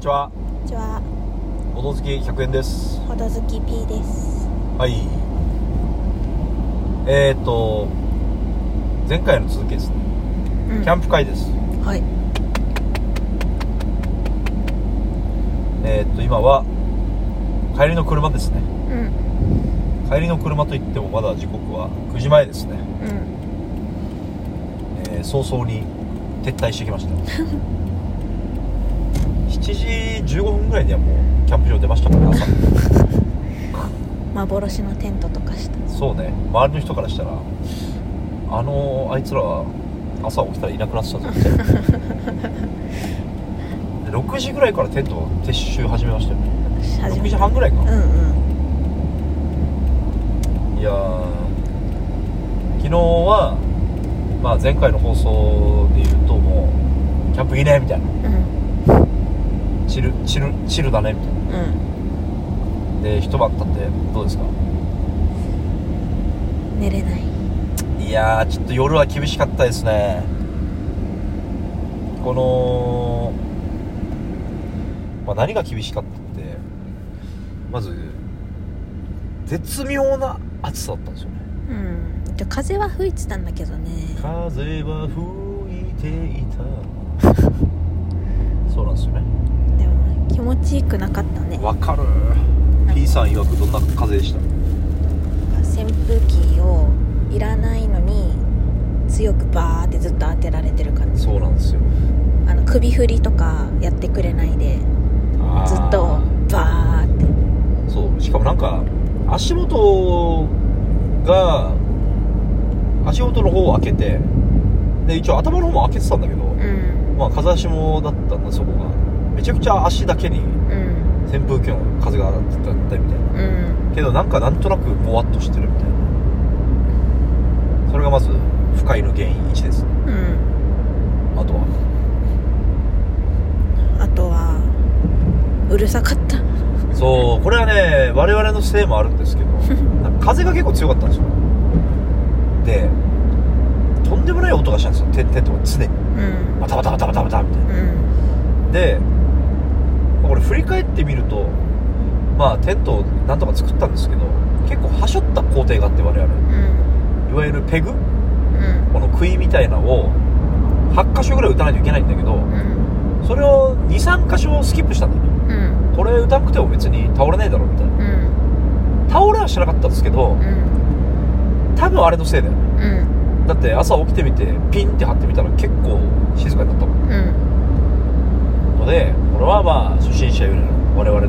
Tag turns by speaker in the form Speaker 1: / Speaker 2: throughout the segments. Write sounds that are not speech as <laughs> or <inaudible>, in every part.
Speaker 1: ちは
Speaker 2: こんにちは、
Speaker 1: おとずき100円です
Speaker 2: ほどずき P です。
Speaker 1: はいえーと前回の続きですねキャンプ会です
Speaker 2: はい。
Speaker 1: えーと今は帰りの車ですね
Speaker 2: うん。
Speaker 1: 帰りの車といってもまだ時刻は9時前ですね、
Speaker 2: うん。
Speaker 1: えー早々に撤退してきました7時15分ぐらいにはもうキャンプ場出ましたから朝
Speaker 2: 幻のテントとかした。
Speaker 1: そうね周りの人からしたらあのあいつらは朝起きたらいなくなってたぞみたいなで6時ぐらいからテントを撤収始めましたよね6
Speaker 2: 初め
Speaker 1: 時
Speaker 2: て
Speaker 1: 半ぐらいか
Speaker 2: う
Speaker 1: な、
Speaker 2: ん
Speaker 1: いやー昨日は、まあ、前回の放送で言うともうキャンプいいねみたいな
Speaker 2: うん。うん。
Speaker 1: チルチルチルだねみたいな
Speaker 2: うん。
Speaker 1: で一晩経ってどうですか
Speaker 2: 寝れない。
Speaker 1: いやーちょっと夜は厳しかったですねこの、まあ、何が厳しかったってまず絶妙な暑さだったんですよね
Speaker 2: うん。じゃ風は吹いてたんだけどね。
Speaker 1: 風は吹いていた <laughs> そうなんですよね
Speaker 2: でも気持ちよくなかったね。
Speaker 1: わかる P さん曰くどんな風でした
Speaker 2: 扇風機をいらないのに強くバーってずっと当てられてる感じ。
Speaker 1: そうなんですよ
Speaker 2: あの首振りとかやってくれないでずっとバーって。
Speaker 1: そうしかもなんか足元が足元の方を開けてで一応頭の方も開けてたんだけど、
Speaker 2: うん。
Speaker 1: まあ風足もだったんだそこがめちゃくちゃ足だけに
Speaker 2: うん。
Speaker 1: 扇風機の風が当たってみたいな
Speaker 2: うん。
Speaker 1: けどなんかなんとなくぼわっとしてるみたいなそれがまず不快の原因1ですね
Speaker 2: うん。
Speaker 1: あとは
Speaker 2: あとはうるさかった
Speaker 1: そうこれはね我々のせいもあるんですけどなんか風が結構強かったんですよでとんでもない音がしたんですよテンテントが常に
Speaker 2: うん
Speaker 1: バタバタバタバタバタみたい
Speaker 2: うん
Speaker 1: なでまあこれ振り返ってみるとまあテントをなんとか作ったんですけど結構はしょった工程があって我々
Speaker 2: うん
Speaker 1: いわゆるペグ
Speaker 2: うん
Speaker 1: この杭みたいなのを8箇所ぐらい打たないといけないんだけど
Speaker 2: うん
Speaker 1: それを23箇所スキップしたんだよね
Speaker 2: うん
Speaker 1: これ打たなくても別に倒れないだろうみたいな
Speaker 2: うん
Speaker 1: 倒れはしなかったんですけど
Speaker 2: うん
Speaker 1: 多分あれのせいだよね
Speaker 2: うん
Speaker 1: だって朝起きてみてピンって張ってみたら結構静かになったもん
Speaker 2: う
Speaker 1: の
Speaker 2: ん
Speaker 1: でこれはまあ初心者よりの我々の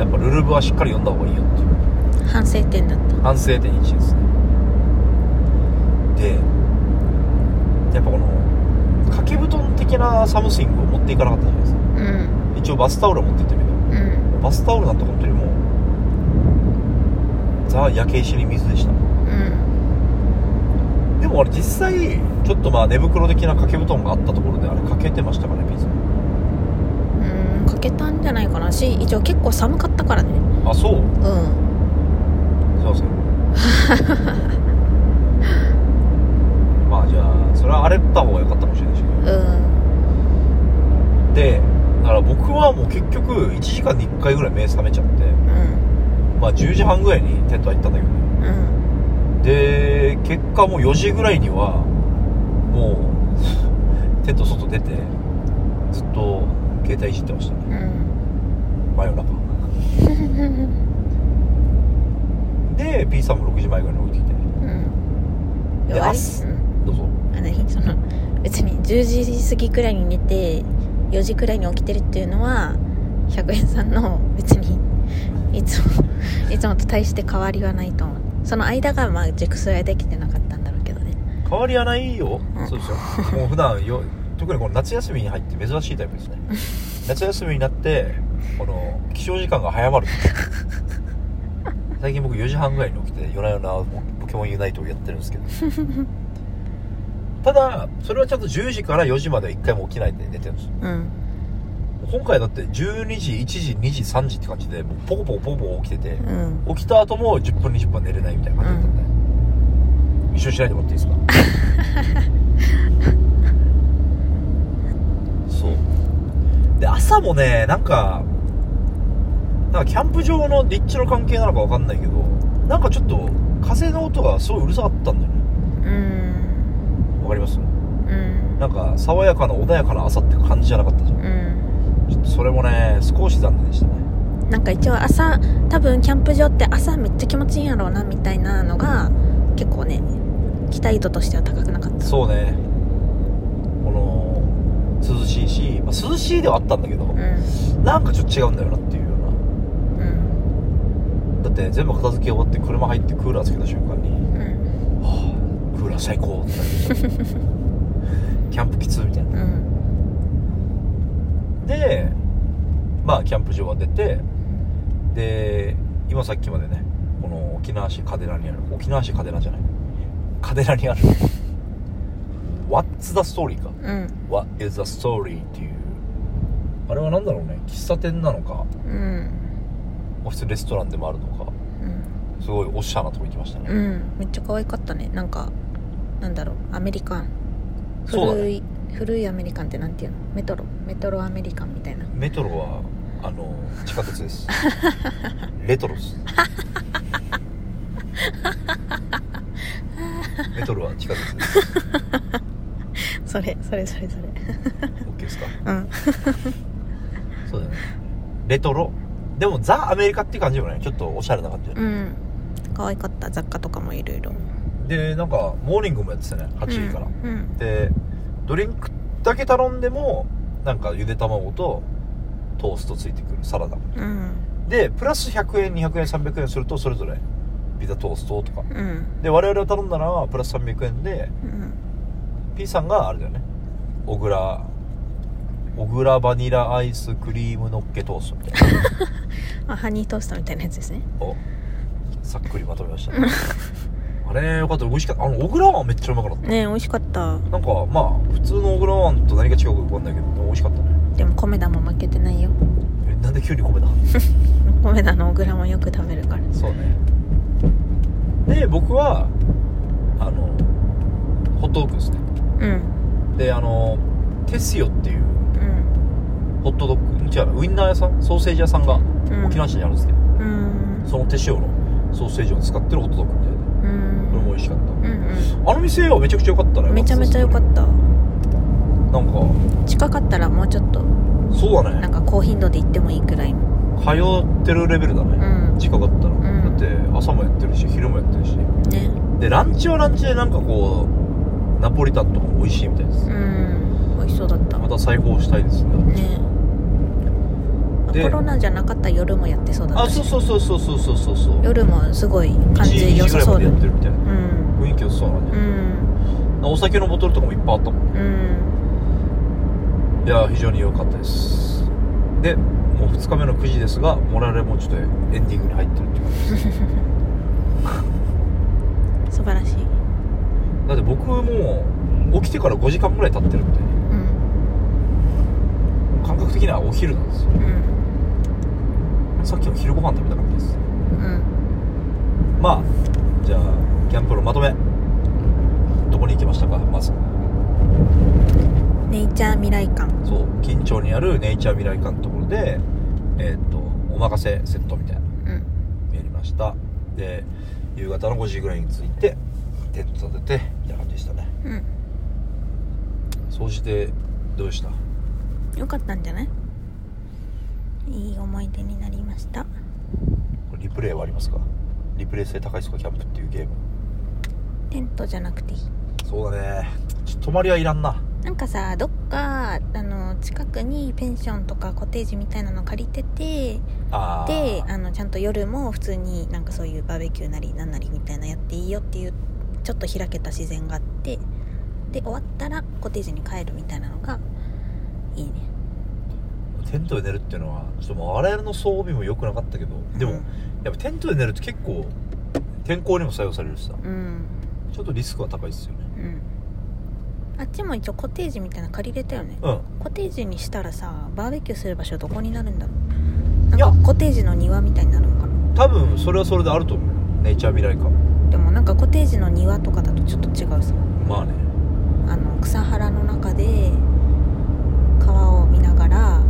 Speaker 1: やっぱルルブはしっかり読んだ方がいいよっていう
Speaker 2: 反省点だった
Speaker 1: 反省点1ですねでやっぱこの掛け布団的なサムシングを持っていかなかったじゃないですか
Speaker 2: うん
Speaker 1: 一応バスタオルは持って行ってみる
Speaker 2: うん
Speaker 1: バスタオルなんて本当にもうザ焼け石に水でした
Speaker 2: うん
Speaker 1: でもあれ実際ちょっとまあ寝袋的な掛け布団があったところであれかけてましたかねピーさん
Speaker 2: うんかけたんじゃないかなし一応結構寒かったからね
Speaker 1: あそう
Speaker 2: うん
Speaker 1: すいませ <laughs> んまあじゃあそれは荒れた方が良かったかもしれないし
Speaker 2: うん
Speaker 1: でだから僕はもう結局1時間に1回ぐらい目覚めちゃって
Speaker 2: うん
Speaker 1: まあ10時半ぐらいにテント入ったんだけどね
Speaker 2: うん
Speaker 1: で結果もう4時ぐらいにはもう <laughs> テント外出てずっと携帯いじってましたね
Speaker 2: うん
Speaker 1: 真夜中で P さんも6時前ぐらいに降りてきて
Speaker 2: うん
Speaker 1: で明
Speaker 2: あれ
Speaker 1: 日
Speaker 2: うん
Speaker 1: どうぞ
Speaker 2: あ何その別に10時過ぎくらいに寝て4時くらいに起きてるっていうのは100円さんの別にいつも <laughs> いつもと大して変わりはないと思うその間がまあ熟睡はできてなかったんだろうけどね
Speaker 1: 変わりはないよ、
Speaker 2: うん
Speaker 1: そうですよもう普段よ特にこの夏休みに入って珍しいタイプです <laughs> ね夏休みになってこの起床時間が早まる最近僕4時半ぐらいに起きて夜な夜なもうポケモンユナイトをやってるんですけどただそれはちゃんと10時から4時まで1回も起きないで寝てるんですよ
Speaker 2: うん
Speaker 1: 今回だって12時1時2時3時って感じでもうポコポコポコポコ起きてて
Speaker 2: う
Speaker 1: 起
Speaker 2: ん
Speaker 1: きた後も10分20分寝れないみたいな感じだったんで、一緒にしないでもらって <laughs> いいですかそうで朝もねなんかなんかキャンプ場の立地の関係なのかわかんないけどなんかちょっと風の音がすごいうるさかったんだよね
Speaker 2: うん
Speaker 1: わかります
Speaker 2: うん
Speaker 1: なんか爽やかな穏やかな朝って感じじゃなかったじゃん
Speaker 2: うん
Speaker 1: ちょっとそれもね少し残念でしたね
Speaker 2: なんか一応朝多分キャンプ場って朝めっちゃ気持ちいいんやろうなみたいなのが結構ね期待度としては高くなかった
Speaker 1: そうねこの涼しいし、まあ涼しいではあったんだけど
Speaker 2: うう
Speaker 1: なんかちょっと違うんだよなっていうような
Speaker 2: うん
Speaker 1: だって全部片付け終わって車入ってクーラーつけた瞬間に
Speaker 2: う
Speaker 1: 「
Speaker 2: ん
Speaker 1: はあクーラー最高」ってなりました <laughs> キャンプきつみたいな
Speaker 2: うん
Speaker 1: でまあキャンプ場は出てで今さっきまでねこの沖縄市嘉手納にある沖縄市嘉手納じゃない嘉手納にあ <laughs> る What's the story か
Speaker 2: うん
Speaker 1: What is the story っていうあれは何だろうね喫茶店なのか
Speaker 2: うん
Speaker 1: オフィスレストランでもあるのか
Speaker 2: うん
Speaker 1: すごいおしゃれなとこ行きましたね、
Speaker 2: うんめっちゃ可愛かったねなんかなんだろうアメリカン
Speaker 1: そうだね
Speaker 2: 古い、古いアメリカンってなんていうのメトロメトロアメリカンみたいな
Speaker 1: メトロはあの地下鉄ですレトロですメトロは地下鉄です
Speaker 2: それそれそれそれ
Speaker 1: OK ですか
Speaker 2: うん
Speaker 1: そうだよねレトロでもザ・アメリカって感じよねちょっとおしゃれな感じ、
Speaker 2: うん可愛かった雑貨とかもいろいろ
Speaker 1: でなんかモーニングもやってたね8時から、
Speaker 2: うん
Speaker 1: でドリンクだけ頼んでもなんかゆで卵とトーストついてくるサラダ
Speaker 2: うん
Speaker 1: でプラス100円200円300円するとそれぞれピザトーストとか
Speaker 2: うんうん
Speaker 1: で我々が頼んだのはプラス300円で
Speaker 2: うん
Speaker 1: P さんがあれだよね小倉小倉バニラアイスクリームのっけトーストみたいな
Speaker 2: あハニートーストみたいなやつですね
Speaker 1: おさっくりまとめましたねあれよかった美味しかったあの小倉ワンめっちゃうまかった
Speaker 2: ねえ美味しかった
Speaker 1: なんかまあ普通の小倉ワンと何が違うか分かんないけど美味しかったね
Speaker 2: でもコメダも負けてないよ
Speaker 1: えなんで急に米だ
Speaker 2: コメダのオグラもよく食べるから
Speaker 1: そうねで僕はあのホットドッグですね
Speaker 2: うん
Speaker 1: であのテスヨっていう
Speaker 2: うん
Speaker 1: ホットドッグ違うウインナー屋さんソーセージ屋さんが
Speaker 2: うん
Speaker 1: 沖縄市にあるんですけど、
Speaker 2: うん
Speaker 1: その手塩のソーセージを使ってるホットドッグみたいな
Speaker 2: う
Speaker 1: これも
Speaker 2: ん
Speaker 1: 美味しかっ
Speaker 2: うん
Speaker 1: たあの店はめちゃくちゃ良かった
Speaker 2: う
Speaker 1: ね
Speaker 2: んめちゃめちゃ良か
Speaker 1: た
Speaker 2: った
Speaker 1: なんか
Speaker 2: 近かったらもうちょっと
Speaker 1: そうだ
Speaker 2: な
Speaker 1: ね
Speaker 2: んか高頻度で行ってもいいくらいの
Speaker 1: 通ってるレベルだ
Speaker 2: う
Speaker 1: ね、
Speaker 2: ん
Speaker 1: 近かったら、
Speaker 2: ん
Speaker 1: だって朝もやってるし昼もやってるし
Speaker 2: ね
Speaker 1: でランチはランチでなんかこうナポリタンとかも美味しいみたいです、
Speaker 2: うん美味しそうだった
Speaker 1: また再訪したいですね
Speaker 2: ね
Speaker 1: で
Speaker 2: コロナじゃなかったら夜もやってそうだっ
Speaker 1: あ
Speaker 2: たし
Speaker 1: そうそうそうそうそうそうそうそう
Speaker 2: 夜もすごい
Speaker 1: 1
Speaker 2: 感じ
Speaker 1: 時2時
Speaker 2: 良
Speaker 1: ぐ
Speaker 2: さ
Speaker 1: らい
Speaker 2: そ
Speaker 1: ま
Speaker 2: う
Speaker 1: で
Speaker 2: だ
Speaker 1: やってるみたいな
Speaker 2: うん
Speaker 1: 雰囲気良さそうな感じ
Speaker 2: う
Speaker 1: で、
Speaker 2: ん
Speaker 1: お酒のボトルとかもいっぱいあったもん
Speaker 2: うん
Speaker 1: いや非常に良かったですでもう2日目の9時ですがモラレもちょっとエンディングに入ってるっていう感じです
Speaker 2: 素晴らしい
Speaker 1: だって僕もう起きてから5時間ぐらい経ってるんで
Speaker 2: うん
Speaker 1: 感覚的にはお昼なんですよ
Speaker 2: うん
Speaker 1: さっきの昼ご飯食べたかったです
Speaker 2: うん
Speaker 1: まあじゃあキャンプのまとめどこに行きましたかまず
Speaker 2: ネイチャー未来館
Speaker 1: そう緊張にあるネイチャー未来館のところでえーっとお任せセットみたいな
Speaker 2: うん
Speaker 1: やりましたで夕方の5時ぐらいに着いてテント立ててみたいな感じでしたね
Speaker 2: うん
Speaker 1: そうしてどうでした
Speaker 2: よかったんじゃないいい思い出になりました
Speaker 1: これリプレイはありますかリプレイ性高いですかキャンプっていうゲーム
Speaker 2: テントじゃなくていい
Speaker 1: そうだねちょっと泊まりはいらんな
Speaker 2: なんかさどっかあの近くにペンションとかコテージみたいなの借りてて
Speaker 1: あー
Speaker 2: であのちゃんと夜も普通になんかそういうバーベキューなりなんなりみたいなやっていいよっていうちょっと開けた自然があってで終わったらコテージに帰るみたいなのがいいね
Speaker 1: テントで寝るっていうのはちょっともう我々の装備も良くなかったけどでも、
Speaker 2: うん
Speaker 1: やっぱテントで寝ると結構天候にも作用されるしさ
Speaker 2: うん
Speaker 1: ちょっとリスクは高いですよね
Speaker 2: うんあっちも一応コテージみたいなの借りれたよね
Speaker 1: うん
Speaker 2: コテージにしたらさバーベキューする場所どこになるんだろう
Speaker 1: いや
Speaker 2: なんかコテージの庭みたいになるのかな
Speaker 1: 多分それはそれであると思うネイチャー未来館
Speaker 2: でもなんかコテージの庭とかだとちょっと違うさ
Speaker 1: まあね
Speaker 2: あの草原の中で川を見ながら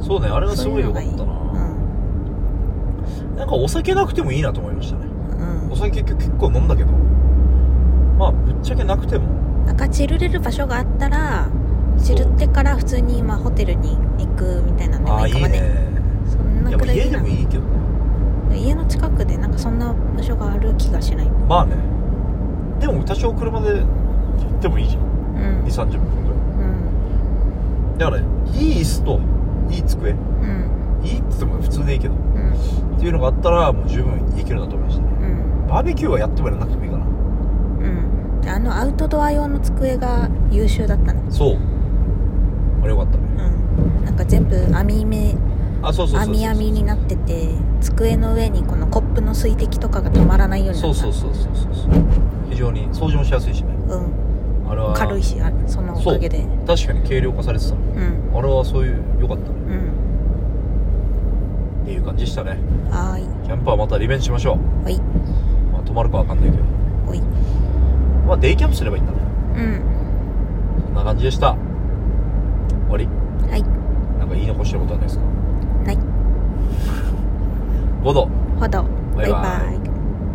Speaker 1: そうねあれはすごい良かったな
Speaker 2: そういうのがいい
Speaker 1: なんかお酒なくてもいいなと思いましたね
Speaker 2: うん
Speaker 1: お酒結構飲んだけどまあぶっちゃけなくても
Speaker 2: うん、なんかチルれる場所があったらチルってから普通にまあホテルに行くみたいなので
Speaker 1: あ
Speaker 2: も
Speaker 1: あ
Speaker 2: いい
Speaker 1: い
Speaker 2: か
Speaker 1: い
Speaker 2: もね
Speaker 1: ね
Speaker 2: そん
Speaker 1: い
Speaker 2: な
Speaker 1: やま
Speaker 2: く
Speaker 1: あ
Speaker 2: らい
Speaker 1: 家
Speaker 2: いい
Speaker 1: で
Speaker 2: な
Speaker 1: もいいけど
Speaker 2: 家の近くでなんかそんな場所がある気がしない
Speaker 1: まあねでも多少車で行ってもいいじゃん
Speaker 2: う
Speaker 1: 2
Speaker 2: ん
Speaker 1: 3 0分ぐらい
Speaker 2: うん
Speaker 1: だからいい椅子といい机
Speaker 2: うん
Speaker 1: いいって言っても普通でいいけど
Speaker 2: うん
Speaker 1: っていうのがあったらもう十分いけるなと思いましたね
Speaker 2: うん
Speaker 1: バーベキューはやってもやらなくてもいいかな
Speaker 2: うんであのアウトドア用の机が優秀だったね
Speaker 1: そうあれよかった
Speaker 2: う
Speaker 1: ね
Speaker 2: んなんか全部網目
Speaker 1: あそうそうそうそう
Speaker 2: 網網になってて机の上にこのコップの水滴とかがたまらないように
Speaker 1: そ
Speaker 2: なっ
Speaker 1: う
Speaker 2: た
Speaker 1: そうそうそうそうそう非常に掃除もしやすいしね
Speaker 2: うん
Speaker 1: あれは
Speaker 2: 軽いしあそのおかげで
Speaker 1: 確かに軽量化されてた
Speaker 2: ううん
Speaker 1: あれはそういう良かったね
Speaker 2: うん
Speaker 1: っていう感じでしたね
Speaker 2: はーい
Speaker 1: キャンプはまたリベンジしましょう
Speaker 2: ほい
Speaker 1: まあ泊まるかわかんないけど
Speaker 2: ほい
Speaker 1: まあデイキャンプすればいいんだね
Speaker 2: うん
Speaker 1: そんな感じでした終わり
Speaker 2: はい
Speaker 1: なんか <laughs> 言い残してることはないですか
Speaker 2: ない
Speaker 1: ボド
Speaker 2: ほど
Speaker 1: バイバイ
Speaker 2: バイバイ